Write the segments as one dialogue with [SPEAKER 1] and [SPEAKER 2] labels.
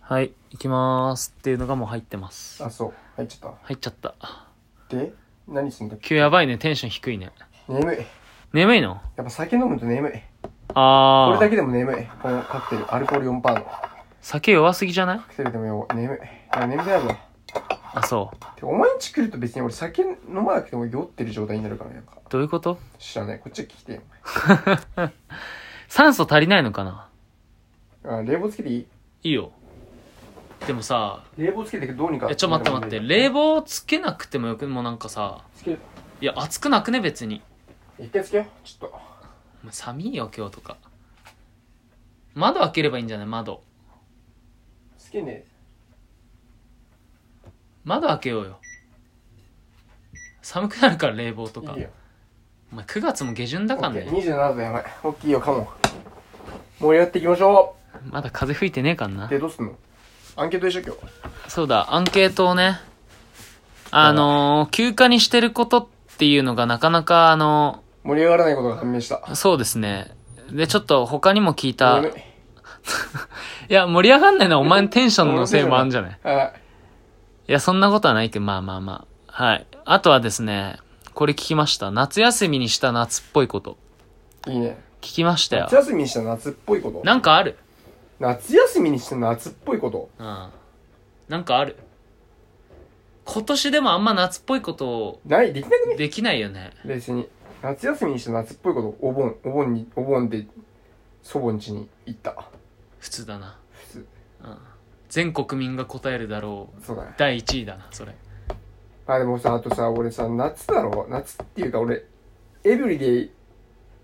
[SPEAKER 1] はい、行きまーすっていうのがもう入ってます
[SPEAKER 2] あ。そう入っちゃっ
[SPEAKER 1] 入っちゃった。
[SPEAKER 2] たで何すんだっ
[SPEAKER 1] 今日やばいね、テンション低いね。
[SPEAKER 2] け眠いや
[SPEAKER 1] 眠いの
[SPEAKER 2] っぱ酒飲むと眠い
[SPEAKER 1] あー。
[SPEAKER 2] これだけでも眠いこのカクテルアルコール4%のカ
[SPEAKER 1] 酒弱すぎじゃない
[SPEAKER 2] クテルでもよ眠いでも眠くなるわ
[SPEAKER 1] あ、そう。
[SPEAKER 2] てかお前んち来ると別に俺酒飲まなくても酔ってる状態になるからなんか
[SPEAKER 1] どういうこと
[SPEAKER 2] 知らないこっち来てよ
[SPEAKER 1] 酸素足りないのかな
[SPEAKER 2] お前あ冷房つけていい
[SPEAKER 1] いいよ。でもさ、
[SPEAKER 2] 冷房つけてどうにか
[SPEAKER 1] え、ちょ、待って待って。冷房つけなくてもよく、もうなんかさ、
[SPEAKER 2] つける
[SPEAKER 1] いや、暑くなくね、別に。
[SPEAKER 2] 一回つけようちょっと
[SPEAKER 1] お前寒いよ、今日とか。窓開ければいいんじゃない窓。
[SPEAKER 2] つけね
[SPEAKER 1] 窓開けようよ。寒くなるから、冷房と
[SPEAKER 2] え
[SPEAKER 1] か
[SPEAKER 2] いい。よ
[SPEAKER 1] お前、9月も下旬だから
[SPEAKER 2] オッ
[SPEAKER 1] ね
[SPEAKER 2] ケ。ー27度やばい大きいよカモン盛り上がっていきましょ
[SPEAKER 1] まだ風吹いてねえかん
[SPEAKER 2] う
[SPEAKER 1] な
[SPEAKER 2] で。どうすんのアンケートでしょ今日
[SPEAKER 1] そうだ、アンケートをね、あのー休暇にしてることっていうのがなかなか、あの
[SPEAKER 2] 盛り上がらないことが判明した
[SPEAKER 1] ーそうですね。で、ちょっと他にも聞いた、
[SPEAKER 2] 眠い
[SPEAKER 1] いや、盛り上がんないのはお前のテンションのせいもあるんじゃない
[SPEAKER 2] はい
[SPEAKER 1] や、そんなことはないけど、まあまあまあ。はい。あとはですね、これ聞きました。夏休みにした夏っぽいこと。
[SPEAKER 2] いいいね
[SPEAKER 1] 聞きましたよ
[SPEAKER 2] 夏。休みにした夏っぽいこと
[SPEAKER 1] なんかある
[SPEAKER 2] 夏休みにした夏っぽいこと
[SPEAKER 1] うん。なんかある。今年でもあんま夏っぽいことを
[SPEAKER 2] ないできなくね
[SPEAKER 1] できないよね。
[SPEAKER 2] 別に夏休みにした夏っぽいことお盆お盆にお盆で祖母ん家に行った
[SPEAKER 1] 普通だな。
[SPEAKER 2] 普通
[SPEAKER 1] うん全国民が答えるだろう
[SPEAKER 2] そうだね
[SPEAKER 1] 第1位だなそれ
[SPEAKER 2] あでもさあとさ俺さ夏だろ夏っていうか俺エブリデイ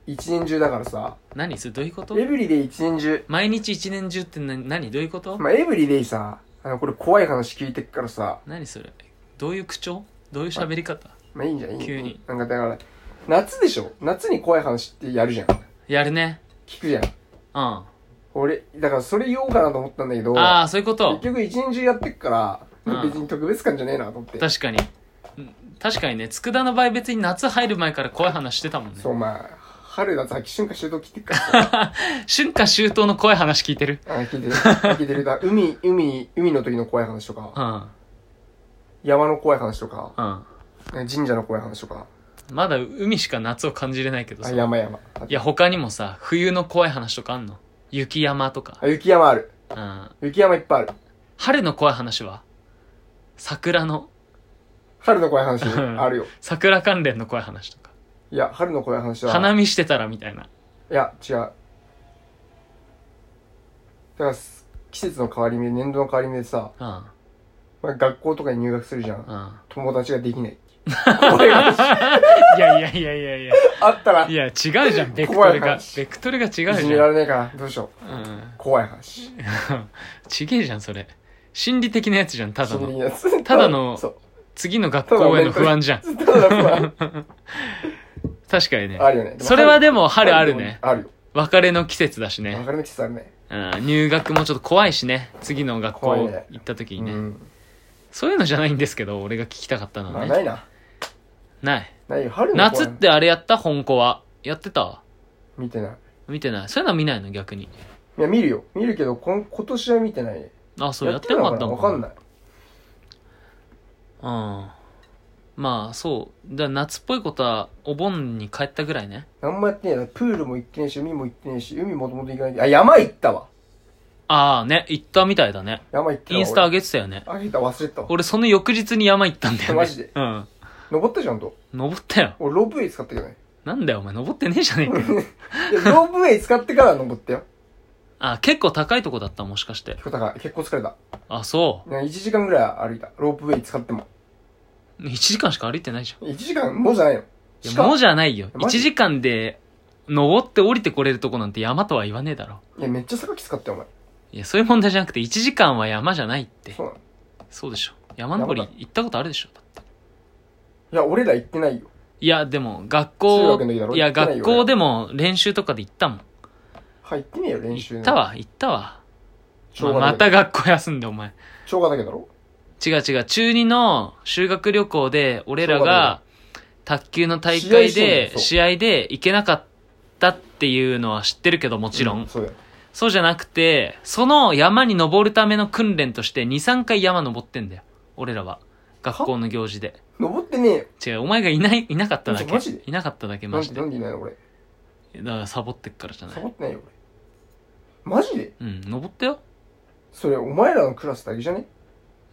[SPEAKER 2] 一年中だからさ
[SPEAKER 1] 何それどういうこと
[SPEAKER 2] エブリデイ一年中
[SPEAKER 1] 毎日一年中って何何どういうこと
[SPEAKER 2] まあエブリデイさあのこれ怖い話聞いてっからさ
[SPEAKER 1] 何それどういう口調どういう喋り方
[SPEAKER 2] まあいいんじゃないいい
[SPEAKER 1] 急に
[SPEAKER 2] なんかだから夏でしょ夏に怖い話ってやるじゃん
[SPEAKER 1] やるね
[SPEAKER 2] 聞くじゃん
[SPEAKER 1] うんあ
[SPEAKER 2] 俺、だからそれ言おうかなと思ったんだけど、
[SPEAKER 1] あーそういうこと
[SPEAKER 2] 結局一日中やってっから、
[SPEAKER 1] うん
[SPEAKER 2] 別に特別感じゃねえなと思って。
[SPEAKER 1] 確かにうん確かにね佃の場合別に夏入る前から怖い話してたもんね
[SPEAKER 2] そう、まあ、春夏秋春夏秋冬来てっ からさ。
[SPEAKER 1] 春夏秋冬の怖い話聞いてる
[SPEAKER 2] あ、聞いてる。聞いてる。だから海、海に、海の時の怖い話と
[SPEAKER 1] う
[SPEAKER 2] か、
[SPEAKER 1] ん
[SPEAKER 2] 山の怖い話とか、
[SPEAKER 1] うん
[SPEAKER 2] 神社の怖い話とか、
[SPEAKER 1] まだ海しか夏を感じれないけど
[SPEAKER 2] あ、
[SPEAKER 1] さ
[SPEAKER 2] 山山。あ
[SPEAKER 1] いや他にもさ冬の怖い話とかあんの雪山とか
[SPEAKER 2] あ雪山ある。
[SPEAKER 1] うん
[SPEAKER 2] 雪山いっぱいある。
[SPEAKER 1] 春の怖い話は桜の
[SPEAKER 2] 春の怖い 話、
[SPEAKER 1] うん
[SPEAKER 2] あるよ。
[SPEAKER 1] 桜関連の怖い話とか
[SPEAKER 2] いや、春の怖い話は、
[SPEAKER 1] 花
[SPEAKER 2] い
[SPEAKER 1] 見してたらみたいな
[SPEAKER 2] や、違う。だから、す季節の変わり目、年度の変わり目でさ、
[SPEAKER 1] う
[SPEAKER 2] まあ、学校とかに入学するじゃん。
[SPEAKER 1] んうん
[SPEAKER 2] 友達ができない。 怖い話。
[SPEAKER 1] いやいやいやいやいや
[SPEAKER 2] あったら
[SPEAKER 1] い、や違うじゃんベクト
[SPEAKER 2] 怖い
[SPEAKER 1] ルが
[SPEAKER 2] 話
[SPEAKER 1] ベクトルが違うじ
[SPEAKER 2] いじめ
[SPEAKER 1] ゃ
[SPEAKER 2] ら
[SPEAKER 1] ん
[SPEAKER 2] れないから、どうしよう。
[SPEAKER 1] うん
[SPEAKER 2] 怖い話。
[SPEAKER 1] ちげえじゃんそれ心理的なやつじゃんただ
[SPEAKER 2] 心理
[SPEAKER 1] の
[SPEAKER 2] なやつ。
[SPEAKER 1] ただの
[SPEAKER 2] そう。
[SPEAKER 1] 次の学校への不安じゃん
[SPEAKER 2] た だの不安。
[SPEAKER 1] 確かにね
[SPEAKER 2] あるよね。でも
[SPEAKER 1] それはでも春あるね
[SPEAKER 2] あるよ。
[SPEAKER 1] 別れの季節だしね、
[SPEAKER 2] 別れの季節あるね。
[SPEAKER 1] うん、入学もちょっと怖いしね次の学校
[SPEAKER 2] 怖いね
[SPEAKER 1] 行った時
[SPEAKER 2] う
[SPEAKER 1] にね
[SPEAKER 2] ん。
[SPEAKER 1] そういうのじゃないんですけど俺が聞きたかったの
[SPEAKER 2] ま
[SPEAKER 1] は
[SPEAKER 2] あ、な
[SPEAKER 1] ね
[SPEAKER 2] いな。
[SPEAKER 1] ない
[SPEAKER 2] ないよ。春の
[SPEAKER 1] 夏ってあれやった本校はやってた
[SPEAKER 2] 見てない。
[SPEAKER 1] 見てないそういうのは見ないの逆に
[SPEAKER 2] いや、見るよ。見るけど、こん今年は見てないね。
[SPEAKER 1] あそうやってなかったの
[SPEAKER 2] わかんないい。
[SPEAKER 1] うんまあそうだから夏っぽいことはお盆に帰ったぐらいね
[SPEAKER 2] なんもやってねえな。プールも行ってねえし、海も行ってねえし、海もともと行かないで。あ、山行ったわ。
[SPEAKER 1] ああね行ったみたいだね
[SPEAKER 2] 山行ったわ
[SPEAKER 1] インスタ上
[SPEAKER 2] げ。
[SPEAKER 1] げてたよね
[SPEAKER 2] あげた、忘れてたわ。
[SPEAKER 1] 俺その翌日に山行ったん だよね
[SPEAKER 2] マジで
[SPEAKER 1] うん
[SPEAKER 2] 登ったじゃんと。
[SPEAKER 1] 登ったよ
[SPEAKER 2] 俺、ロープウェイ使ったけどね。
[SPEAKER 1] なんだよお前登ってねえじゃねえ かよ
[SPEAKER 2] いやロープウェイ使ってから登ったよ。
[SPEAKER 1] あ結構高いとこだったもしかして
[SPEAKER 2] 結構高い。結構疲れた。
[SPEAKER 1] あそ
[SPEAKER 2] ね1時間ぐらい歩いた。ロープウェイ使っても。
[SPEAKER 1] う1時間しか歩いてないじゃん
[SPEAKER 2] 1時間もうじゃないよ。
[SPEAKER 1] い
[SPEAKER 2] し
[SPEAKER 1] や
[SPEAKER 2] か
[SPEAKER 1] も
[SPEAKER 2] も
[SPEAKER 1] うじゃないよ1
[SPEAKER 2] マジ
[SPEAKER 1] 時間で登って降りてこれるとこなんて山とは言わねえだろ
[SPEAKER 2] いや、めっちゃ坂きつかったよ、お前。
[SPEAKER 1] いやそういう問題じゃなくて1時間は山じゃないって
[SPEAKER 2] そうなの。
[SPEAKER 1] そうでしょ山登り
[SPEAKER 2] 山
[SPEAKER 1] 行ったことあるでしょだって
[SPEAKER 2] いや、俺ら行ってないよ。
[SPEAKER 1] いやでも学
[SPEAKER 2] 中
[SPEAKER 1] 校
[SPEAKER 2] 学の時だろ
[SPEAKER 1] いや
[SPEAKER 2] 行ってない
[SPEAKER 1] 学
[SPEAKER 2] よ
[SPEAKER 1] 校でも練習とかで行ったもん
[SPEAKER 2] はい、行ってねえよ、練習。
[SPEAKER 1] 行った。わ行ったわ、まあ
[SPEAKER 2] 小学
[SPEAKER 1] ま
[SPEAKER 2] だ
[SPEAKER 1] た
[SPEAKER 2] け。
[SPEAKER 1] 学校休んでお前
[SPEAKER 2] 小学だけだろ
[SPEAKER 1] 違う違う中2の修学旅行で俺らが卓球の大
[SPEAKER 2] 試合
[SPEAKER 1] 会
[SPEAKER 2] してんだよ
[SPEAKER 1] で
[SPEAKER 2] そう
[SPEAKER 1] 試合で行けなかったっていうのは知ってるけどもちろん、
[SPEAKER 2] うそうだよ。
[SPEAKER 1] そうじゃなくて、その山に登るための訓練として2、3回山登ってんだよ。俺らは。学校の行事で。
[SPEAKER 2] 登ってねえよ
[SPEAKER 1] 違う、お前がいない、いなかっただ
[SPEAKER 2] マ
[SPEAKER 1] け
[SPEAKER 2] ジマジで。
[SPEAKER 1] いなかっただけ、
[SPEAKER 2] な
[SPEAKER 1] マ
[SPEAKER 2] ん
[SPEAKER 1] ジ
[SPEAKER 2] で
[SPEAKER 1] で
[SPEAKER 2] な。んでいないの俺
[SPEAKER 1] だからサボってっからじゃない
[SPEAKER 2] サボ。ってないよ俺マジで
[SPEAKER 1] うん、登ったよ。
[SPEAKER 2] それお前らのクラスだけじゃね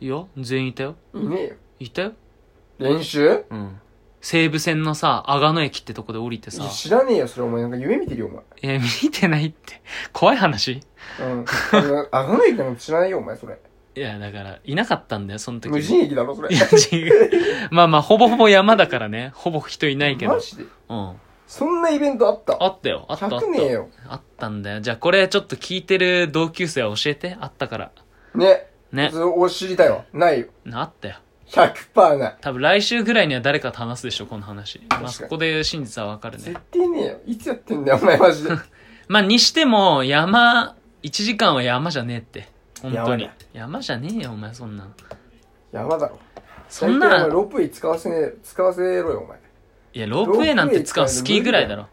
[SPEAKER 1] いいよ。全員いたよ。
[SPEAKER 2] いねえよ
[SPEAKER 1] いたよ。
[SPEAKER 2] 練習
[SPEAKER 1] うん。西武線のさ、阿賀野駅ってとこで降りて
[SPEAKER 2] い
[SPEAKER 1] さ
[SPEAKER 2] や、知らねえよそれお前なんか夢見てるよお
[SPEAKER 1] え、見てないって。怖い話
[SPEAKER 2] 前うんあのあがの駅なんか知らないよお前それ
[SPEAKER 1] いや、だから、いなかったんだよ、その時。
[SPEAKER 2] 無人駅だろそれ
[SPEAKER 1] いや、違う。まあまあ、ほぼほぼ山だからね。ほぼ人いないけ
[SPEAKER 2] マ
[SPEAKER 1] ど。
[SPEAKER 2] ジで
[SPEAKER 1] うん。
[SPEAKER 2] そんなイベントあった
[SPEAKER 1] あったよ。あったあっ
[SPEAKER 2] 100ねえよ
[SPEAKER 1] た。あったんだよ。じゃあこれちょっと聞いてる同級生は教えて。あったから。
[SPEAKER 2] ね
[SPEAKER 1] ね。
[SPEAKER 2] それを知りたいわないよ
[SPEAKER 1] あったよ。
[SPEAKER 2] 100%ない
[SPEAKER 1] 多分来週ぐらいには誰かと話すでしょ、この話。ま
[SPEAKER 2] か
[SPEAKER 1] あ
[SPEAKER 2] に
[SPEAKER 1] そこで真実はわかるね
[SPEAKER 2] 絶。対ねえよいつやってんだよお前マ ジで
[SPEAKER 1] まあにしても、山、1時間は山じゃねえって。本当
[SPEAKER 2] 山
[SPEAKER 1] に
[SPEAKER 2] だ。
[SPEAKER 1] 山じゃねえよ、お前そんなの。
[SPEAKER 2] 山だろ
[SPEAKER 1] そん
[SPEAKER 2] 最低お
[SPEAKER 1] な
[SPEAKER 2] 前、ロープウェイ使わせねえ使わせろよお前い
[SPEAKER 1] いや、ロープウェイなんて使う
[SPEAKER 2] ロープウェイ使うの
[SPEAKER 1] スキーぐらいだろ。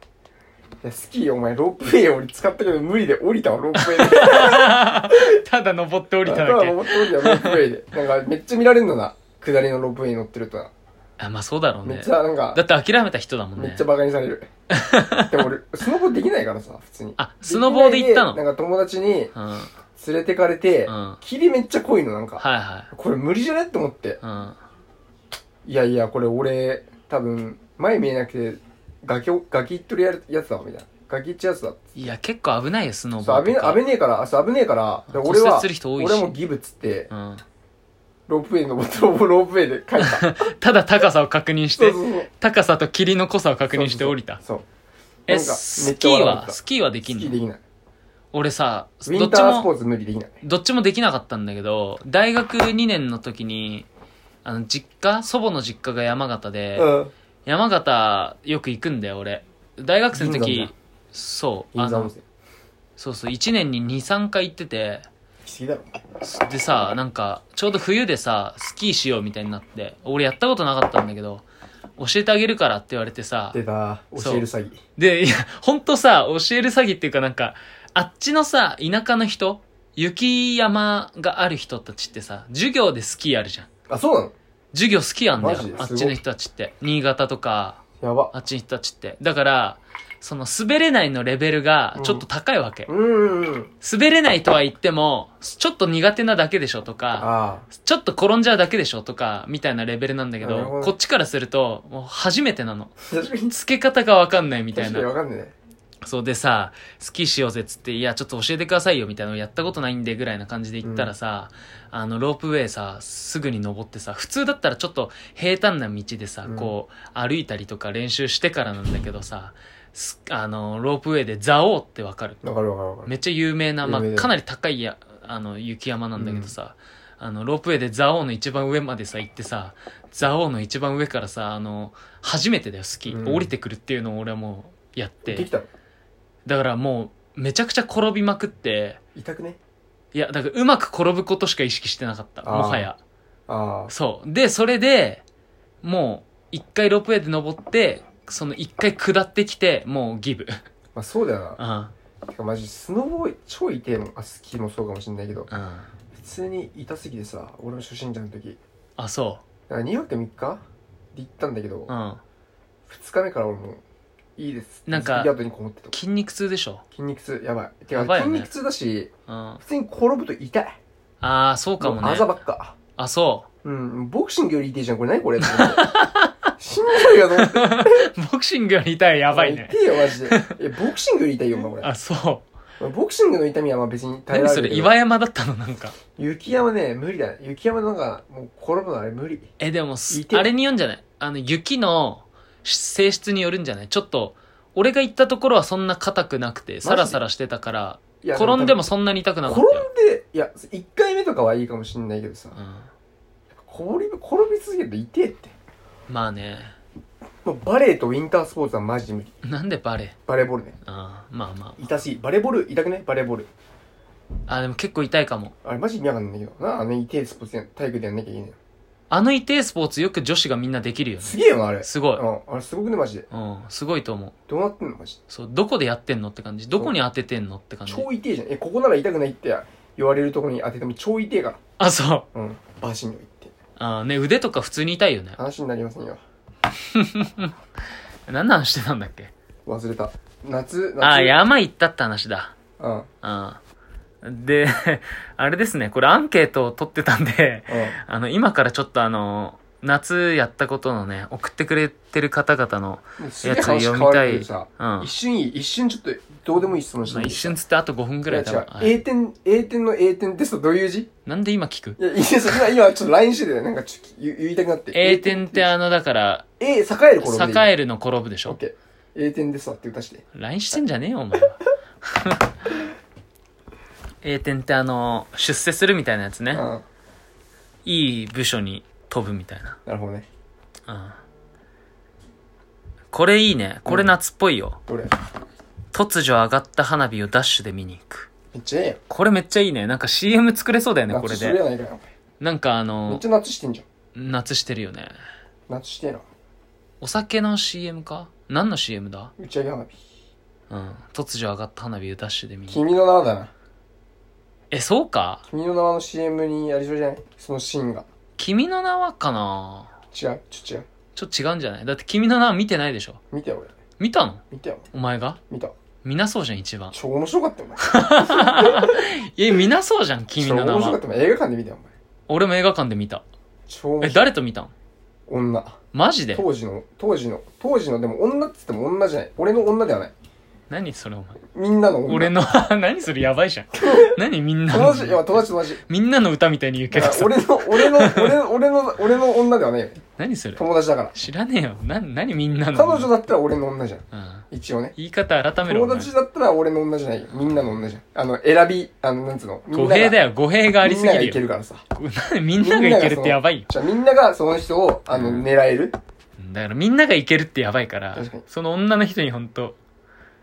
[SPEAKER 2] やスキーお前ロープウェイ俺使ったけど無理で降りたわロープウェイで
[SPEAKER 1] ただ登 って降りただ
[SPEAKER 2] 頭
[SPEAKER 1] け。
[SPEAKER 2] 登って降りたわロープウェイでなんかめっちゃ見られんのな下りのロープウェイに乗ってるとな
[SPEAKER 1] あ、まあそうだろう
[SPEAKER 2] め
[SPEAKER 1] ね
[SPEAKER 2] っ。ちゃなんか
[SPEAKER 1] だって諦めた人だもん
[SPEAKER 2] め
[SPEAKER 1] ね
[SPEAKER 2] っちゃ。バカにさ れるでも俺スノボできないからさ普通に
[SPEAKER 1] あスノボーで行ったの
[SPEAKER 2] きないなんか友達に
[SPEAKER 1] うん。はい
[SPEAKER 2] 連れてかれて、
[SPEAKER 1] うん
[SPEAKER 2] 霧めっちゃ濃いのなんか、
[SPEAKER 1] はい。
[SPEAKER 2] これ無理じゃねって思って
[SPEAKER 1] うん。
[SPEAKER 2] いやいやこれ俺多分前見えなくて崖を崖行っとるやるやつだわみたいな崖行っちゃうやつだって
[SPEAKER 1] いや、結構危ないよ、スノーボ
[SPEAKER 2] そ
[SPEAKER 1] ー
[SPEAKER 2] う
[SPEAKER 1] ド
[SPEAKER 2] 危
[SPEAKER 1] と
[SPEAKER 2] ね
[SPEAKER 1] か。
[SPEAKER 2] 危ねえからあそう危ねえからで
[SPEAKER 1] 骨
[SPEAKER 2] 俺
[SPEAKER 1] 折
[SPEAKER 2] は
[SPEAKER 1] する人多いし
[SPEAKER 2] 俺はもうギブっつって
[SPEAKER 1] うん。
[SPEAKER 2] ロープウェイ登って ロープウェイで 帰ったそう
[SPEAKER 1] ただ高さを確認し
[SPEAKER 2] そ
[SPEAKER 1] て、
[SPEAKER 2] うそう
[SPEAKER 1] 高さと霧の濃さを確認して降りた。
[SPEAKER 2] そう
[SPEAKER 1] え、
[SPEAKER 2] なんかめ
[SPEAKER 1] ス
[SPEAKER 2] っち
[SPEAKER 1] キ
[SPEAKER 2] ゃ
[SPEAKER 1] ー
[SPEAKER 2] 笑っ
[SPEAKER 1] は、
[SPEAKER 2] た
[SPEAKER 1] スキーはで
[SPEAKER 2] ス
[SPEAKER 1] き
[SPEAKER 2] キ
[SPEAKER 1] ん
[SPEAKER 2] ーで
[SPEAKER 1] の
[SPEAKER 2] きない
[SPEAKER 1] 俺さ、
[SPEAKER 2] ウ
[SPEAKER 1] ど
[SPEAKER 2] ィ
[SPEAKER 1] っ
[SPEAKER 2] ンタ
[SPEAKER 1] ち
[SPEAKER 2] ースポ
[SPEAKER 1] も、
[SPEAKER 2] ーツ無理できない
[SPEAKER 1] どっちもできなかったんだけど、大学2年の時に、あの、実家祖母の実家が山形で、
[SPEAKER 2] うん
[SPEAKER 1] 山形よく行くんだよ、俺。大学生の
[SPEAKER 2] 銀
[SPEAKER 1] 時
[SPEAKER 2] 山だ、
[SPEAKER 1] そう、
[SPEAKER 2] 銀
[SPEAKER 1] あ
[SPEAKER 2] 座温
[SPEAKER 1] の、
[SPEAKER 2] 泉
[SPEAKER 1] そうそう、1年に2、3回行ってて、
[SPEAKER 2] 行き過ぎだろ
[SPEAKER 1] でさなんかちょうど冬でさスキーしようみたいになって俺やったことなかったんだけど教えてあげるからって言われてさ
[SPEAKER 2] 出た
[SPEAKER 1] そう
[SPEAKER 2] 教える詐欺
[SPEAKER 1] でいやほんとさ教える詐欺っていうかなんかあっちのさ田舎の人雪山がある人たちってさ授業でスキーあるじゃん
[SPEAKER 2] あそうなの
[SPEAKER 1] 授業スキーあんだよ
[SPEAKER 2] マジですご
[SPEAKER 1] あ
[SPEAKER 2] い
[SPEAKER 1] っちの人たちって新潟とか
[SPEAKER 2] やば
[SPEAKER 1] あっちの人たちってだからその滑れないのレベルがちょっと高いわけ、
[SPEAKER 2] うーん
[SPEAKER 1] 滑れないとは言ってもちょっと苦手なだけでしょとか
[SPEAKER 2] あ
[SPEAKER 1] ちょっと転んじゃうだけでしょとか、みたいなレベルなんだけ
[SPEAKER 2] なるほ
[SPEAKER 1] ど、
[SPEAKER 2] ど
[SPEAKER 1] こっちからすると、もう初めてなの。
[SPEAKER 2] あ確かに
[SPEAKER 1] 付け方がわかんないみたい
[SPEAKER 2] 確かに
[SPEAKER 1] な
[SPEAKER 2] わ。かんないね
[SPEAKER 1] そうでさ、スキーしようぜっつって、いや、ちょっと教えてくださいよみたいなのやったことないんでぐらいな感じで言ったらさ、あの、ロープウェイさ、すぐに登ってさ、普通だったらちょっと平坦な道でさ、
[SPEAKER 2] うん
[SPEAKER 1] こう、歩いたりとか練習してからなんだけどさ、すあの、ロープウェイでザオーってわかる
[SPEAKER 2] わかるわかるわかる
[SPEAKER 1] めっちゃ有名な、まあ
[SPEAKER 2] 有名だ、よ
[SPEAKER 1] かなり高いやあの雪山なんだけどさ、あのロープウェイで蔵王の一番上までさ行ってさ蔵王の一番上からさあの初めてだよスキー、
[SPEAKER 2] うん
[SPEAKER 1] 降りてくるっていうのを俺はもうやっ
[SPEAKER 2] でき
[SPEAKER 1] て
[SPEAKER 2] たの
[SPEAKER 1] だからもうめちゃくちゃ転びまくって
[SPEAKER 2] 痛くね
[SPEAKER 1] いやだからうまく転ぶことしか意識してなかった
[SPEAKER 2] あー
[SPEAKER 1] もはや
[SPEAKER 2] ああ
[SPEAKER 1] そうでそれでもう一回ロープウェイで登ってその一回下ってきてもうギブ
[SPEAKER 2] まあそうだよ
[SPEAKER 1] う
[SPEAKER 2] なんてかマジスノボー超痛いもんあスキーもそうかもしんないけど
[SPEAKER 1] うん
[SPEAKER 2] 普通に痛すぎてさ俺の初心者の時
[SPEAKER 1] あそ
[SPEAKER 2] だから2泊3日で行ったんだけど、
[SPEAKER 1] ううん
[SPEAKER 2] 2日目から俺もういいです
[SPEAKER 1] なんか
[SPEAKER 2] スキー跡にこもってた
[SPEAKER 1] 筋肉痛でしょ
[SPEAKER 2] 筋肉痛やばいて
[SPEAKER 1] やばい
[SPEAKER 2] か
[SPEAKER 1] よ
[SPEAKER 2] 筋
[SPEAKER 1] ね
[SPEAKER 2] 肉痛だし
[SPEAKER 1] うん
[SPEAKER 2] 普通に転ぶと痛い
[SPEAKER 1] ああ、そうかもね。
[SPEAKER 2] あざばっか
[SPEAKER 1] あ、そ
[SPEAKER 2] うんボクシングより痛いじゃんこれ何これって思って死んじゃうよと思って
[SPEAKER 1] う。 ボクシングより痛い、やばいね
[SPEAKER 2] 痛。いよマ ジでいやボクシングより痛いよお前これ
[SPEAKER 1] あ、そう。
[SPEAKER 2] ボクシングの痛みはまあ別に耐
[SPEAKER 1] 何
[SPEAKER 2] えられ
[SPEAKER 1] そ
[SPEAKER 2] る
[SPEAKER 1] れ、
[SPEAKER 2] けど
[SPEAKER 1] 岩山だったのなんか。
[SPEAKER 2] 雪山ね無理だね雪山なんかもう転ぶのあれ無理
[SPEAKER 1] え、でもす、
[SPEAKER 2] 痛い
[SPEAKER 1] あれによるんじゃないあの、雪の性質によるんじゃないちょっと、俺が行ったところはそんな硬くなくて、サラサラしてたから、
[SPEAKER 2] いや
[SPEAKER 1] 転んでも
[SPEAKER 2] 多
[SPEAKER 1] そんなに痛くなかっ
[SPEAKER 2] 分
[SPEAKER 1] たよ。
[SPEAKER 2] 転んでいや1回目とかはいいかもしんないけどさ
[SPEAKER 1] うん。
[SPEAKER 2] 転び転び続けると痛えって
[SPEAKER 1] まあね。
[SPEAKER 2] もうバレーとウィンタースポーツはマジで無理
[SPEAKER 1] なんでバレー
[SPEAKER 2] バレーボールね
[SPEAKER 1] あーまあま
[SPEAKER 2] 痛すぎバレーボール痛くねバレーボール
[SPEAKER 1] あ。あ、でも結構痛いかも。
[SPEAKER 2] あれマジ意味わかんないんだけどなあの痛いスポーツやん体育でやんなきゃいけないの
[SPEAKER 1] あの痛いスポーツよく女子がみんなできるよね。
[SPEAKER 2] すげえよな、あれ。
[SPEAKER 1] すごい。
[SPEAKER 2] うん。あれすごくね、マジで。
[SPEAKER 1] うん、すごいと思う。
[SPEAKER 2] どうなってんの、マジで。
[SPEAKER 1] そう、どこでやってんのって感じ。どこに当ててんのって感じ。
[SPEAKER 2] 超痛えじゃん。え、ここなら痛くないって言われるとこに当てても超痛えか
[SPEAKER 1] あ、そう。
[SPEAKER 2] ら。うん。バシンと言って。
[SPEAKER 1] あーね、腕とか普通に痛いよね。
[SPEAKER 2] 話になりませんよ。
[SPEAKER 1] 何なんしてたんだっけ
[SPEAKER 2] 忘れた。夏、夏。
[SPEAKER 1] あー、。山行ったって話だ。
[SPEAKER 2] うん。うん。
[SPEAKER 1] うん。で、あれですね、これアンケートを取ってたんで、あの、今からちょっとあの、夏やったことのね、送ってくれてる方々の、
[SPEAKER 2] もうすげえ話変わるけどさ、
[SPEAKER 1] うん
[SPEAKER 2] 一瞬いい一瞬ちょっとどうでもいい質問して
[SPEAKER 1] まあ、
[SPEAKER 2] いい
[SPEAKER 1] 一瞬つってあと5分ぐらい
[SPEAKER 2] い
[SPEAKER 1] 多
[SPEAKER 2] や違
[SPEAKER 1] 分
[SPEAKER 2] う、
[SPEAKER 1] はい
[SPEAKER 2] A 点 A 点の A 点ってさどういう字
[SPEAKER 1] なんで今聞く
[SPEAKER 2] いやいいです今今ちょっと LINE しててなんかちょっと言言いたくなって
[SPEAKER 1] ?A 点ってあの、だから、
[SPEAKER 2] A 栄える頃でいい
[SPEAKER 1] 栄えるの転ぶでし
[SPEAKER 2] オッ
[SPEAKER 1] ょ
[SPEAKER 2] ケー A 点でさって歌して
[SPEAKER 1] ?LINE してんじゃねえよ、お前は。A 点ってあの、出世するみたいなやつ
[SPEAKER 2] うん
[SPEAKER 1] ね。
[SPEAKER 2] ない
[SPEAKER 1] い部署に飛ぶみたいな。
[SPEAKER 2] るほどね
[SPEAKER 1] うん。これいいね。これ夏っぽいよ。
[SPEAKER 2] どれ
[SPEAKER 1] 突如上がった花火をダッシュで見に行く。
[SPEAKER 2] めっちゃええやん
[SPEAKER 1] これめっちゃいいね。なんか CM 作れそうだよね、こ
[SPEAKER 2] 夏
[SPEAKER 1] れ
[SPEAKER 2] してる
[SPEAKER 1] で。
[SPEAKER 2] やないかよ
[SPEAKER 1] なんかあ
[SPEAKER 2] め
[SPEAKER 1] の
[SPEAKER 2] っち、ゃ夏してんじゃん
[SPEAKER 1] 夏してるよね。
[SPEAKER 2] 夏してえな
[SPEAKER 1] お酒の CM か何の CM だ
[SPEAKER 2] 打ち上げ花火
[SPEAKER 1] うん。突如上がった花火をダッシュで見に行く。
[SPEAKER 2] 君の名はだな
[SPEAKER 1] え、そうか
[SPEAKER 2] 君の名はの CM にありそうじゃないそのシーンが
[SPEAKER 1] 君の名はかな
[SPEAKER 2] 違うちょっと違う
[SPEAKER 1] ちょっと違うんじゃないだって君の名は見てないでしょ
[SPEAKER 2] 見たよ俺
[SPEAKER 1] 見たの
[SPEAKER 2] 見たよ
[SPEAKER 1] お前が
[SPEAKER 2] 見た
[SPEAKER 1] 見なそうじゃん、一 番。
[SPEAKER 2] 超面白かったよお前
[SPEAKER 1] え、見なそうじゃん、君の名
[SPEAKER 2] 超面白かっ
[SPEAKER 1] は。
[SPEAKER 2] たお前映画館で見たよお前
[SPEAKER 1] 俺も映画館で見た。
[SPEAKER 2] 超面
[SPEAKER 1] え、
[SPEAKER 2] 白い
[SPEAKER 1] 誰と見たん
[SPEAKER 2] 女
[SPEAKER 1] マジで
[SPEAKER 2] 当時の当時の当時のでも女っつっても女じゃない俺の女ではない
[SPEAKER 1] 何それお前。
[SPEAKER 2] みんなの女
[SPEAKER 1] 俺の、 何それやばいじゃん。何みんな
[SPEAKER 2] 友
[SPEAKER 1] の
[SPEAKER 2] 達いや友達友達
[SPEAKER 1] みんなの歌みたいに言うけ
[SPEAKER 2] だ
[SPEAKER 1] ど
[SPEAKER 2] から
[SPEAKER 1] さ。
[SPEAKER 2] 俺の俺の俺の俺の俺の女ではないよね
[SPEAKER 1] 何それ
[SPEAKER 2] 友達だから
[SPEAKER 1] 知らねえよ。な、何みんなの。
[SPEAKER 2] 彼女だったら俺の女じゃん
[SPEAKER 1] うん。
[SPEAKER 2] 一応ね
[SPEAKER 1] 言い方改めろ。お
[SPEAKER 2] 友
[SPEAKER 1] 前
[SPEAKER 2] 達だったら俺の女じゃないよみんなの女じゃんあの選びあのなんつうのみんな
[SPEAKER 1] 語
[SPEAKER 2] が
[SPEAKER 1] 弊だよ。語弊がありすぎ
[SPEAKER 2] みんなが
[SPEAKER 1] る
[SPEAKER 2] いけ
[SPEAKER 1] よ。
[SPEAKER 2] るからさ
[SPEAKER 1] みんながいけるってやばいよ。
[SPEAKER 2] じゃあみんながその人をあの
[SPEAKER 1] うん
[SPEAKER 2] 狙えるだか
[SPEAKER 1] だからみんながいけるってやばいから
[SPEAKER 2] 確かに、
[SPEAKER 1] その女の人にほんと、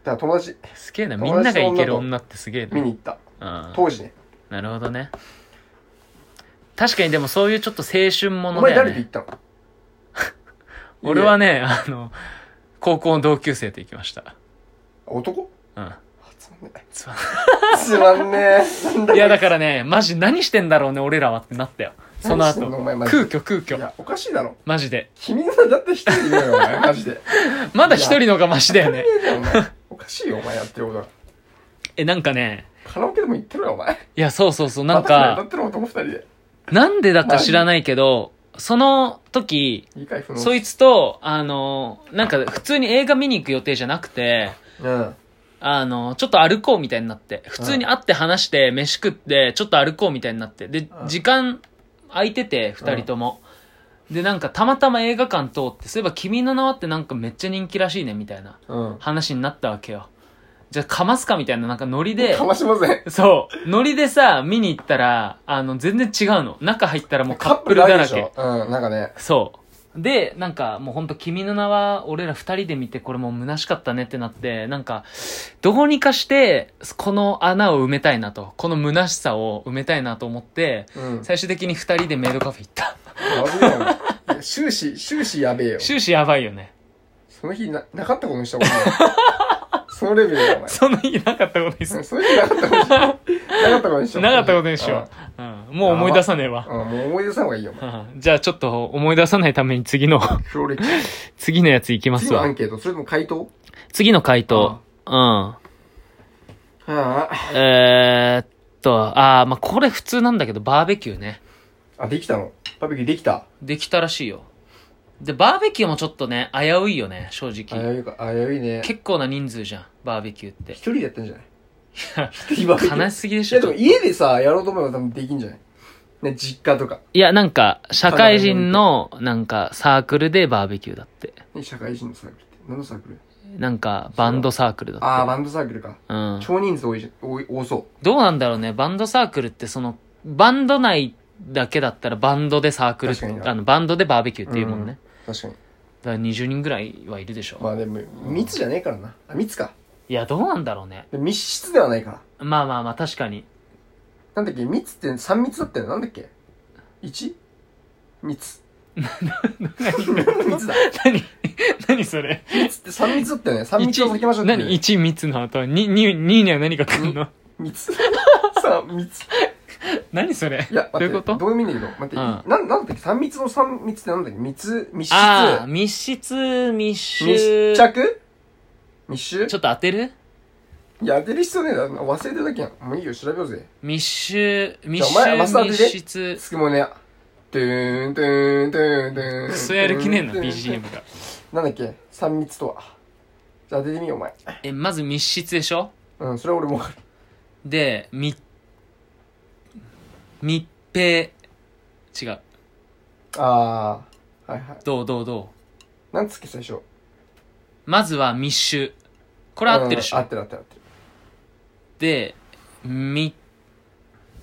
[SPEAKER 2] ら友達
[SPEAKER 1] すげえな。み
[SPEAKER 2] 友
[SPEAKER 1] んな
[SPEAKER 2] 達
[SPEAKER 1] が
[SPEAKER 2] と
[SPEAKER 1] いける
[SPEAKER 2] 女
[SPEAKER 1] 女ってすげえ
[SPEAKER 2] 見に行った
[SPEAKER 1] な。うん。
[SPEAKER 2] 当時ね
[SPEAKER 1] なるほどね。確かにでもそういうちょっと青春も
[SPEAKER 2] お
[SPEAKER 1] のだ
[SPEAKER 2] 前
[SPEAKER 1] よ
[SPEAKER 2] 誰と行
[SPEAKER 1] ね
[SPEAKER 2] っ。たの
[SPEAKER 1] 俺はね、あの、高校の同級生と行きました。
[SPEAKER 2] 男
[SPEAKER 1] うん。
[SPEAKER 2] あつまんねえ
[SPEAKER 1] つま
[SPEAKER 2] つまんねえなんだ
[SPEAKER 1] いや、だからね、マジ何してんだろうね、俺らはってなったよ。その
[SPEAKER 2] 何して
[SPEAKER 1] 後
[SPEAKER 2] ん。お前マジで
[SPEAKER 1] 空虚空
[SPEAKER 2] い
[SPEAKER 1] 虚。
[SPEAKER 2] や、おかしいだろ。
[SPEAKER 1] マジで。
[SPEAKER 2] 君のだって一人いるよ、お 前。マジで。
[SPEAKER 1] まだ一人の方がマシだよね。
[SPEAKER 2] いやお前おかしいよ、お前やってることが。
[SPEAKER 1] え、なんかね、
[SPEAKER 2] カラオケでも行ってろよ、お前。
[SPEAKER 1] いや、そうそうそう、なん
[SPEAKER 2] だ
[SPEAKER 1] か
[SPEAKER 2] っ、てろ、男二人で。
[SPEAKER 1] なんでだか知らないけど、その時、
[SPEAKER 2] いいかい、不能。
[SPEAKER 1] そいつと、あの、なんか普通に映画見に行く予定じゃなくて、
[SPEAKER 2] うん。
[SPEAKER 1] あの、ちょっと歩こうみたいになって、普通に会って話して、飯食って、ちょっと歩こうみたいになって、で
[SPEAKER 2] う、ん
[SPEAKER 1] 時間空いてて、二人とも。で、なんかたまたま映画館通って、そういえば君の名はってなんかめっちゃ人気らしいね、みたいな
[SPEAKER 2] うん。
[SPEAKER 1] 話になったわけよ。じゃあ、かますかみたいな、なんかノリで
[SPEAKER 2] か、ましません。
[SPEAKER 1] そう、ノリでさ、見に行ったら、あの、全然違うの。中入ったらもうカップルだ
[SPEAKER 2] だ
[SPEAKER 1] ら
[SPEAKER 2] らけ
[SPEAKER 1] け。。
[SPEAKER 2] うん、なんかね。
[SPEAKER 1] そう。で、なんか、もうほんと、君の名は、俺ら二人で見て、これもう虚しかったねってなって、なんか、どうにかして、この穴を埋めたいなと、この虚しさを埋めたいなと思って、
[SPEAKER 2] うん。
[SPEAKER 1] 最終的に二人でメイドカフェ行った。
[SPEAKER 2] マジだよお前いや。終始、終始やべえよ。
[SPEAKER 1] 終始やばいよね。
[SPEAKER 2] その日な、なかったことにしたことない。そのレベルだよ、お前。
[SPEAKER 1] その日なかったことにす
[SPEAKER 2] うんその日なかったことにしよう。なかったことにしよう。
[SPEAKER 1] なかったことにしよう。うん。もう思い出さねえわ。
[SPEAKER 2] うん。うん、もう思い出さん方がいいよ、お前。
[SPEAKER 1] うん じゃあちょっと思い出さないために次の、
[SPEAKER 2] 黒歴
[SPEAKER 1] 次のやついきま
[SPEAKER 2] 次
[SPEAKER 1] す
[SPEAKER 2] のアン
[SPEAKER 1] わ。
[SPEAKER 2] ケート、それとも回答
[SPEAKER 1] 次の回答。うん。
[SPEAKER 2] はあ。
[SPEAKER 1] えー、っと、あー、まあ、これ普通なんだけど、バーベキューね。
[SPEAKER 2] あ、できたのバーベキューできた。
[SPEAKER 1] できたらしいよ。で、バーベキューもちょっとね、危ういよね、正
[SPEAKER 2] 危
[SPEAKER 1] 直。
[SPEAKER 2] ういか、危ういね。
[SPEAKER 1] 結構な人数じゃん、バーベキューって
[SPEAKER 2] 一。人でやったんじゃない 一人バーベキュー。
[SPEAKER 1] 悲しすぎで
[SPEAKER 2] い
[SPEAKER 1] し
[SPEAKER 2] や、でも
[SPEAKER 1] ょ。
[SPEAKER 2] 家でさ、やろうと思えば多分できんじゃないね、実家とか。
[SPEAKER 1] いや、なんか、社会人の、なんか、サークルでバーベキューだって。
[SPEAKER 2] ね、社会人のサークルって。何のサークル
[SPEAKER 1] なんか、バンドサークルだって。
[SPEAKER 2] あー、バンドサークルか。
[SPEAKER 1] うん。
[SPEAKER 2] 超人数多いじゃん。多い、多そ
[SPEAKER 1] どうなんだろうね、バンドサークルって、その、バンド内だけだったらバンドでサークル
[SPEAKER 2] 確かに、な
[SPEAKER 1] あの、バンドでバーベキューっていうもん
[SPEAKER 2] うん
[SPEAKER 1] ね。
[SPEAKER 2] う。確かに。
[SPEAKER 1] だから20人ぐらいはいるでしょ。
[SPEAKER 2] まあでも、密じゃねえからな。あ、密か。
[SPEAKER 1] いや、どうなんだろうね。
[SPEAKER 2] で密室ではないから。
[SPEAKER 1] まあまあまあ、 確かに。
[SPEAKER 2] なんだっけ密って3密だったよ。なんだっけ ?1? 蜜。
[SPEAKER 1] 何
[SPEAKER 2] 蜜だ。
[SPEAKER 1] 何何それ
[SPEAKER 2] 蜜って三蜜だったよね。三蜜を避けましょうって、ね。
[SPEAKER 1] 何一密の後は二二二には何か来るの
[SPEAKER 2] 蜜。三蜜。
[SPEAKER 1] 何それ
[SPEAKER 2] いや、
[SPEAKER 1] どう
[SPEAKER 2] 待
[SPEAKER 1] い
[SPEAKER 2] っ
[SPEAKER 1] う
[SPEAKER 2] て、
[SPEAKER 1] こと
[SPEAKER 2] どういう意味だけど、待って、
[SPEAKER 1] うん
[SPEAKER 2] なん、なんだっけ、三密の三密ってなんだっけ、密、密室、
[SPEAKER 1] ああ、密室、密集。
[SPEAKER 2] 密
[SPEAKER 1] ちょっ
[SPEAKER 2] 着密集
[SPEAKER 1] と当てる
[SPEAKER 2] いや、当てる必要ねえだろ。忘れてるだけやん。もういいよ、調べようぜ。
[SPEAKER 1] 密集、密
[SPEAKER 2] じゃあお前マスタ
[SPEAKER 1] 集、
[SPEAKER 2] ー
[SPEAKER 1] 密
[SPEAKER 2] でね
[SPEAKER 1] 室。
[SPEAKER 2] つくもねや。ドゥーン、ドゥーン、ドゥーン、ドゥーン。
[SPEAKER 1] クソやる気ねえな、
[SPEAKER 2] ドゥーン。
[SPEAKER 1] BGM が。
[SPEAKER 2] なんだっけ、三密とは。じゃあ当ててみよう、お前。
[SPEAKER 1] え、まず密室でしょ
[SPEAKER 2] うん、それは俺もわかる。
[SPEAKER 1] で、密、密閉。違う。
[SPEAKER 2] ああ、はいはい。
[SPEAKER 1] どうどうど
[SPEAKER 2] なんつっけ、最初。こ
[SPEAKER 1] う。まずは密集。これ合ってるでし
[SPEAKER 2] 合
[SPEAKER 1] ょ
[SPEAKER 2] ってる合ってる合ってる。
[SPEAKER 1] で、密、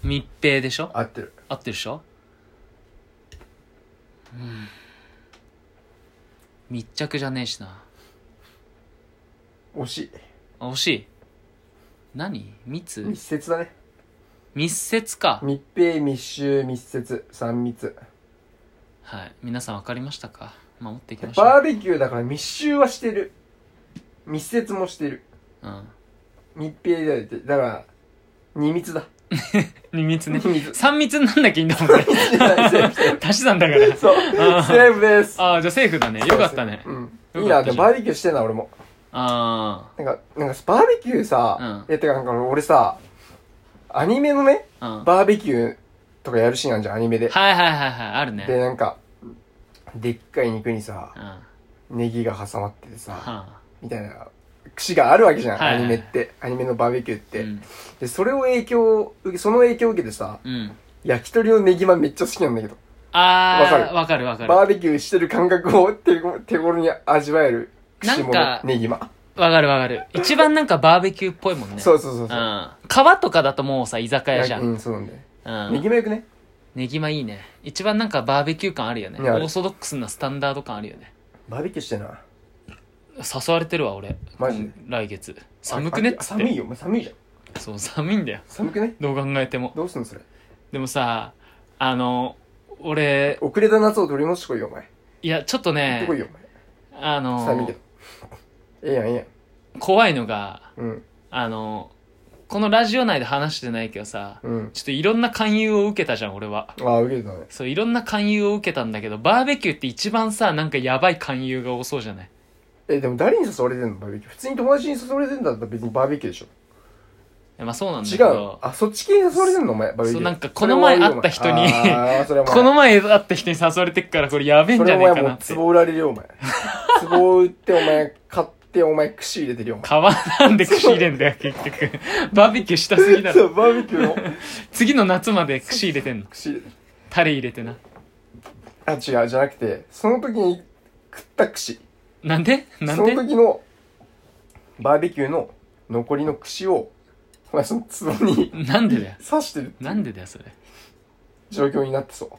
[SPEAKER 1] 密閉でしょ
[SPEAKER 2] 合ってる。
[SPEAKER 1] 合ってるでしょうん。密着じゃねえしな。
[SPEAKER 2] 惜しい。
[SPEAKER 1] あ、惜しい。何密
[SPEAKER 2] 密接だね。
[SPEAKER 1] 密接か。
[SPEAKER 2] 密閉、密集、密接、三密。
[SPEAKER 1] はい。皆さん分かりましたか守っていきましょ
[SPEAKER 2] バ
[SPEAKER 1] う。
[SPEAKER 2] ーベキューだから密集はしてる。密接もしてる。
[SPEAKER 1] うん。
[SPEAKER 2] 密閉だよって。だから、二密だ。
[SPEAKER 1] 二密ね
[SPEAKER 2] 二密。
[SPEAKER 1] 三密になんなきゃいいんだもんね。足し算だから。
[SPEAKER 2] そう。セーフです。
[SPEAKER 1] ああ、じゃあセーフだね。よかったね。
[SPEAKER 2] うん。いいな、でもバーベキューしてんな、俺も。
[SPEAKER 1] あ
[SPEAKER 2] なんか、なんか、バーベキューさ、
[SPEAKER 1] うん
[SPEAKER 2] え、てか、なんか俺さ、アニメのね、
[SPEAKER 1] あ。うん。はい
[SPEAKER 2] バーベキューとかやるシーンあるじゃん、アニメで。
[SPEAKER 1] はいはいはい。あるね。
[SPEAKER 2] で、なんか、でっかい肉にさ
[SPEAKER 1] う、ん。は
[SPEAKER 2] ネギが挟まっててさ、
[SPEAKER 1] あ。
[SPEAKER 2] みたいな、串があるわけじゃん、
[SPEAKER 1] はいはい
[SPEAKER 2] アニメって。アニメのバーベキューって。
[SPEAKER 1] うん。
[SPEAKER 2] で、それを影響を受け、その影響を受けてさ、
[SPEAKER 1] うん。
[SPEAKER 2] 焼き鳥のネギまんめっちゃ好きなんだけど、わか
[SPEAKER 1] ああ、
[SPEAKER 2] る
[SPEAKER 1] わかるわかる。
[SPEAKER 2] バーベキューしてる感覚を手ご 手頃に味わえる串も
[SPEAKER 1] なんか
[SPEAKER 2] ネギま。
[SPEAKER 1] わかるわかる。一番なんかバーベキューっぽいもんね。
[SPEAKER 2] そううそうそうそう。
[SPEAKER 1] ん。川とかだともうさ、居酒屋じゃ。
[SPEAKER 2] うんん、そうなんだよ。
[SPEAKER 1] うん。
[SPEAKER 2] ネギまよくね
[SPEAKER 1] ネギマいいね。一番なんかバーベキュー感あるよね。オ
[SPEAKER 2] ねある
[SPEAKER 1] ーソドックスなスタンダード感あるよね。
[SPEAKER 2] バーベキューしてな。
[SPEAKER 1] 誘われてるわ、俺。
[SPEAKER 2] マジで
[SPEAKER 1] 今来月。寒くねっ
[SPEAKER 2] あ
[SPEAKER 1] つっ
[SPEAKER 2] 寒
[SPEAKER 1] て。
[SPEAKER 2] いよ、お前寒いじゃん。
[SPEAKER 1] そう、寒いんだよ。
[SPEAKER 2] 寒くね
[SPEAKER 1] どう考えても。
[SPEAKER 2] どうすんのそれ。
[SPEAKER 1] でもさ、あの、俺、
[SPEAKER 2] 遅れた夏を取り戻してこいよ、お前。
[SPEAKER 1] いや、ちょっと
[SPEAKER 2] 行って
[SPEAKER 1] ね
[SPEAKER 2] こ、いよ、
[SPEAKER 1] あ
[SPEAKER 2] お前。寒いけ
[SPEAKER 1] の
[SPEAKER 2] ど、。ええやん、ええやん。
[SPEAKER 1] 怖いのが、
[SPEAKER 2] うん、
[SPEAKER 1] あの、このラジオ内で話してないけどさ、
[SPEAKER 2] うん。
[SPEAKER 1] ちょっといろんな勧誘を受けたじゃん、俺は。
[SPEAKER 2] ああ、受けてたね。
[SPEAKER 1] そう、いろんな勧誘を受けたんだけど、バーベキューって一番さ、なんかやばい勧誘が多そうじゃない
[SPEAKER 2] え、でも誰に誘われてんのバーベキュー。普通に友達に誘われてんだったら別にバーベキューでしょ。
[SPEAKER 1] まあそうなんだ
[SPEAKER 2] 違
[SPEAKER 1] け
[SPEAKER 2] う
[SPEAKER 1] ど
[SPEAKER 2] の。あ、そっち系に誘われてんのお前、バーベキュー。
[SPEAKER 1] そうなんかこの前会った人に
[SPEAKER 2] ああ、それはお前
[SPEAKER 1] この前会った人に誘われてっからこれやべえ
[SPEAKER 2] そ
[SPEAKER 1] んじ
[SPEAKER 2] れ
[SPEAKER 1] ゃ
[SPEAKER 2] お
[SPEAKER 1] ねえ
[SPEAKER 2] 前
[SPEAKER 1] か
[SPEAKER 2] も
[SPEAKER 1] な
[SPEAKER 2] う
[SPEAKER 1] って。
[SPEAKER 2] 壺売られるよ、お前。壺を売って、お前、買って、お前、串入れてるよ、お前。
[SPEAKER 1] 皮なんで串入れんだよ、結局。 バーベキューしたすぎだ
[SPEAKER 2] そ
[SPEAKER 1] ろ。
[SPEAKER 2] う、バーベキューの
[SPEAKER 1] 次の夏まで串入れてんの。
[SPEAKER 2] 串入れてる。
[SPEAKER 1] タレ入れてな。
[SPEAKER 2] あ、違う、じゃなくて、その時に食った串。
[SPEAKER 1] なんでなん
[SPEAKER 2] その
[SPEAKER 1] で
[SPEAKER 2] 時の、バーベキューの残りの串を、お前、その壺に
[SPEAKER 1] なんでだよ。
[SPEAKER 2] 刺してる
[SPEAKER 1] なんでだよ、それ。
[SPEAKER 2] 状況になってそう。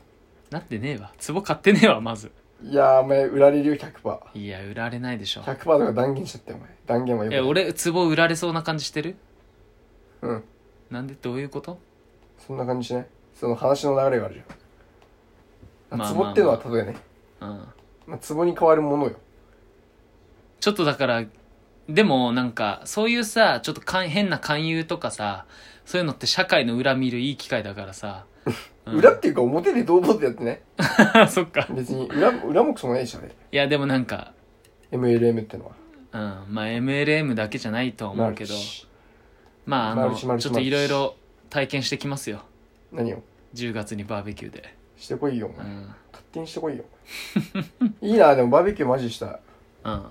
[SPEAKER 1] なってねえわ。壺買ってねえわ、まず。
[SPEAKER 2] いやー、お前、売られるよ、100%。
[SPEAKER 1] いや、売られないでしょ。
[SPEAKER 2] 100%とか断言しちゃったよ、お前。断言はよくな
[SPEAKER 1] え、
[SPEAKER 2] い。
[SPEAKER 1] 俺、壺売られそうな感じしてる
[SPEAKER 2] うん。
[SPEAKER 1] なんでどういうこと
[SPEAKER 2] そんな感じしないその話の流れがあるじゃん。
[SPEAKER 1] まあ
[SPEAKER 2] あ、
[SPEAKER 1] まあ
[SPEAKER 2] 壺ってのは例えね。
[SPEAKER 1] うん。
[SPEAKER 2] まあ、壺に変わるものよ。
[SPEAKER 1] ちょっとだから、でもなんか、そういうさ、ちょっとかん変な勧誘とかさ、そういうのって社会の裏見るいい機会だからさ。うん
[SPEAKER 2] 裏っていうか表で堂々とやってね。
[SPEAKER 1] そっか。
[SPEAKER 2] 別に裏、裏もくそもないでしょ、あれ。
[SPEAKER 1] いや、でもなんか、
[SPEAKER 2] MLM ってのは。
[SPEAKER 1] うん、まあ MLM だけじゃないとは思うけど、
[SPEAKER 2] マルチ
[SPEAKER 1] まああ
[SPEAKER 2] マ
[SPEAKER 1] の、
[SPEAKER 2] ル
[SPEAKER 1] ち
[SPEAKER 2] チ
[SPEAKER 1] ょ
[SPEAKER 2] マ
[SPEAKER 1] っ
[SPEAKER 2] ルチ
[SPEAKER 1] といろいろ体験してきますよ。
[SPEAKER 2] 何を
[SPEAKER 1] 10月にバーベキューで。
[SPEAKER 2] してこいよ、お
[SPEAKER 1] う
[SPEAKER 2] 前。
[SPEAKER 1] ん。
[SPEAKER 2] 勝手にしてこいよ。お前いいな、でもバーベキューマジしたい。
[SPEAKER 1] うん。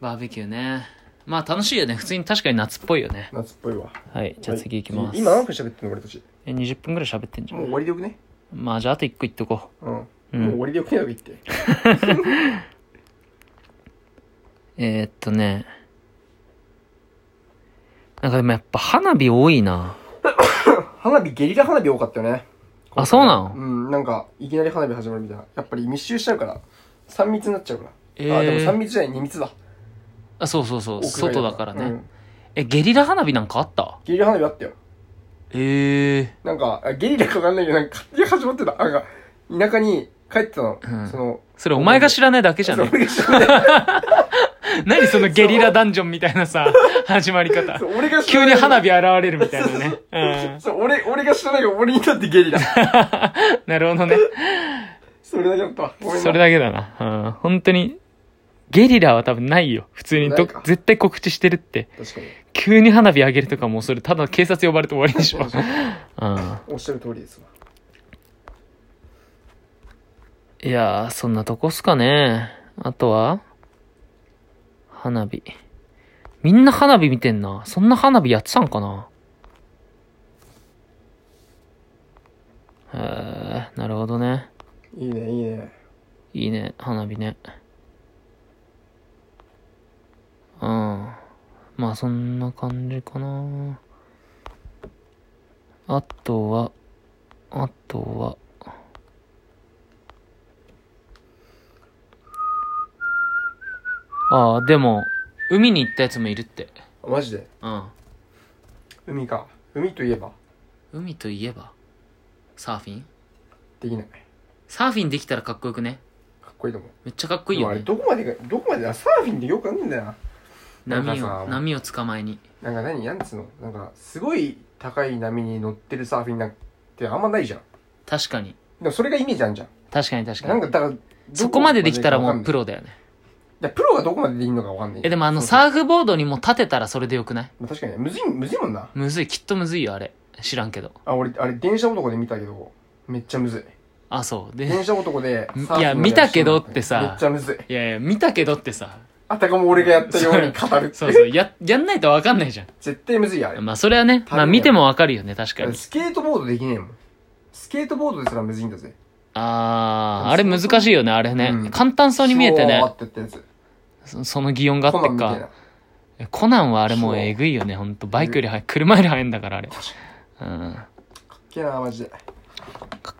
[SPEAKER 1] バーベキューね。まあ楽しいよね。普通に確かに夏っぽいよね。
[SPEAKER 2] 夏っぽいわ。
[SPEAKER 1] はい。じゃあ次行きます。
[SPEAKER 2] 今何分喋ってんの、俺たち。
[SPEAKER 1] え、20分ぐらい喋ってんじゃ。
[SPEAKER 2] もうん終わりでよくね
[SPEAKER 1] まあじゃああと1個言っとこ
[SPEAKER 2] うん。
[SPEAKER 1] うん
[SPEAKER 2] もう終わりでよくねとか言って。
[SPEAKER 1] う。えー、っとね。なんかでもやっぱ花火多いな。
[SPEAKER 2] 花火、ゲリラ花火多かったよね。
[SPEAKER 1] あ、そうなの
[SPEAKER 2] うん、なんか、いきなり花火始まるみたいな。やっぱり密集しちゃうから、3密になっちゃうから。
[SPEAKER 1] えー
[SPEAKER 2] あ、でも3密じゃない、2密だ。
[SPEAKER 1] あ、そうそうそう。
[SPEAKER 2] 屋外
[SPEAKER 1] 外だからね。
[SPEAKER 2] うん
[SPEAKER 1] え、ゲリラ花火なんかあった
[SPEAKER 2] ゲリラ花火あったよ。
[SPEAKER 1] ええ
[SPEAKER 2] なんか、あゲリラかわかんないけど、なんか勝手に始まってた。なんか、田舎に帰ってたの。
[SPEAKER 1] うん
[SPEAKER 2] その、
[SPEAKER 1] それお前が知らないだけじゃね
[SPEAKER 2] そう俺が知らない
[SPEAKER 1] 何そのゲリラダンジョンみたいなさ、始まり方
[SPEAKER 2] そ。 う俺が知
[SPEAKER 1] 急
[SPEAKER 2] らない
[SPEAKER 1] に花火現れるみたいなね。うん。
[SPEAKER 2] そう、俺、俺が知らないよ。俺にとって ゲリラ。
[SPEAKER 1] なるほどね。
[SPEAKER 2] それだけだった。ごめんな
[SPEAKER 1] それだけだな。うん。本当に、ゲリラは多分ないよ。普通に
[SPEAKER 2] な
[SPEAKER 1] ど
[SPEAKER 2] いか、
[SPEAKER 1] 絶対告知してるって。
[SPEAKER 2] 確かに。
[SPEAKER 1] 急に花火上げるとかもうそれただ警察呼ばれて終わりでしょ。 うん。
[SPEAKER 2] おっしゃる通りですわ。
[SPEAKER 1] いやー、そんなとこっすかね。あとは花火。みんな花火見てんな。そんな花火やってたんかなへー、なるほどね。
[SPEAKER 2] いいね、いいね。
[SPEAKER 1] いいね、花火ね。うん。まあ、そんな感じかな。あとは、あとは。ああ、でも、海に行ったやつもいるって。
[SPEAKER 2] あマジで。
[SPEAKER 1] うん。
[SPEAKER 2] 海か。海といえば、
[SPEAKER 1] 海といえば、サーフィン
[SPEAKER 2] できない。
[SPEAKER 1] サーフィンできたらかっこよくね
[SPEAKER 2] かっこいいと思う。
[SPEAKER 1] めっちゃかっこいい
[SPEAKER 2] でも
[SPEAKER 1] よ
[SPEAKER 2] あれ、
[SPEAKER 1] ね。
[SPEAKER 2] どこまでが、どこまでだ、サーフィンでよくあるんだよな。なんか
[SPEAKER 1] 波
[SPEAKER 2] さ
[SPEAKER 1] を、波を捕まえに。
[SPEAKER 2] なんか何、なんつうのなんか、すごい高い波に乗ってるサーフィンなんてあんまないじゃん。
[SPEAKER 1] 確かに。
[SPEAKER 2] でもそれがイメージあるじゃん。
[SPEAKER 1] 確かに確かに。
[SPEAKER 2] なんか、だから、
[SPEAKER 1] そこまでできたらもうプ
[SPEAKER 2] ロ。
[SPEAKER 1] ロだよね。
[SPEAKER 2] いや、プロがどこまでできるのかわかんない。
[SPEAKER 1] え、でもあの
[SPEAKER 2] そうそう、
[SPEAKER 1] サーフボードにもう立てたらそれでよくない
[SPEAKER 2] まあ確かにね、むずい、むずいもんな。
[SPEAKER 1] むずい、きっとむずいよ、あれ。知らんけど。
[SPEAKER 2] あ、俺、あれ、電車男で見たけど、めっちゃむずい。
[SPEAKER 1] あ、そう。で、
[SPEAKER 2] 電車男で、
[SPEAKER 1] いや
[SPEAKER 2] サーフィンのやつ
[SPEAKER 1] 見たけどってさ
[SPEAKER 2] めっちゃむずい。
[SPEAKER 1] いやいや、見たけどってさ、
[SPEAKER 2] あたかも俺がやったように語るって。
[SPEAKER 1] そうそう、や、やんないとわかんないじゃ
[SPEAKER 2] 絶対むずいよ、あれ
[SPEAKER 1] ん。。まあそれはね、まあ見てもわかるよね、確かに。
[SPEAKER 2] スケートボードできねえもん。スケートボードですらむずいんだぜ。
[SPEAKER 1] あー、あれ難しいよね、あれね。
[SPEAKER 2] うん
[SPEAKER 1] 簡単そうに見えて
[SPEAKER 2] シュ
[SPEAKER 1] ね
[SPEAKER 2] ワー、ってやったやつ。
[SPEAKER 1] そその擬音があっ
[SPEAKER 2] コナ
[SPEAKER 1] て
[SPEAKER 2] ンみたいな
[SPEAKER 1] か。。コナンはあれもうえぐいよね、ほんと。バイクより速い、車より速いんだから、あれ。
[SPEAKER 2] 確か
[SPEAKER 1] うん。
[SPEAKER 2] かっけえな、マジで。
[SPEAKER 1] かっ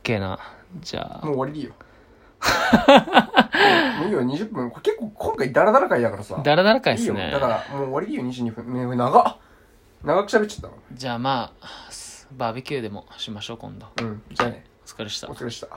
[SPEAKER 1] けえな。じゃあ
[SPEAKER 2] もう、終わりでいいよ。 もういいよ、20分。これ結構今回ダラダラ回だからさ。
[SPEAKER 1] だらだらかいっ
[SPEAKER 2] いい
[SPEAKER 1] す
[SPEAKER 2] よ。
[SPEAKER 1] ね。
[SPEAKER 2] だから、もう終わりでいいよ、22分。ね、長っ。長く喋っちゃっ
[SPEAKER 1] じゃあまあ、バーベキューでもしましょう、今度。
[SPEAKER 2] たの。うん。じゃあね。
[SPEAKER 1] お疲れっした
[SPEAKER 2] お。疲れっした。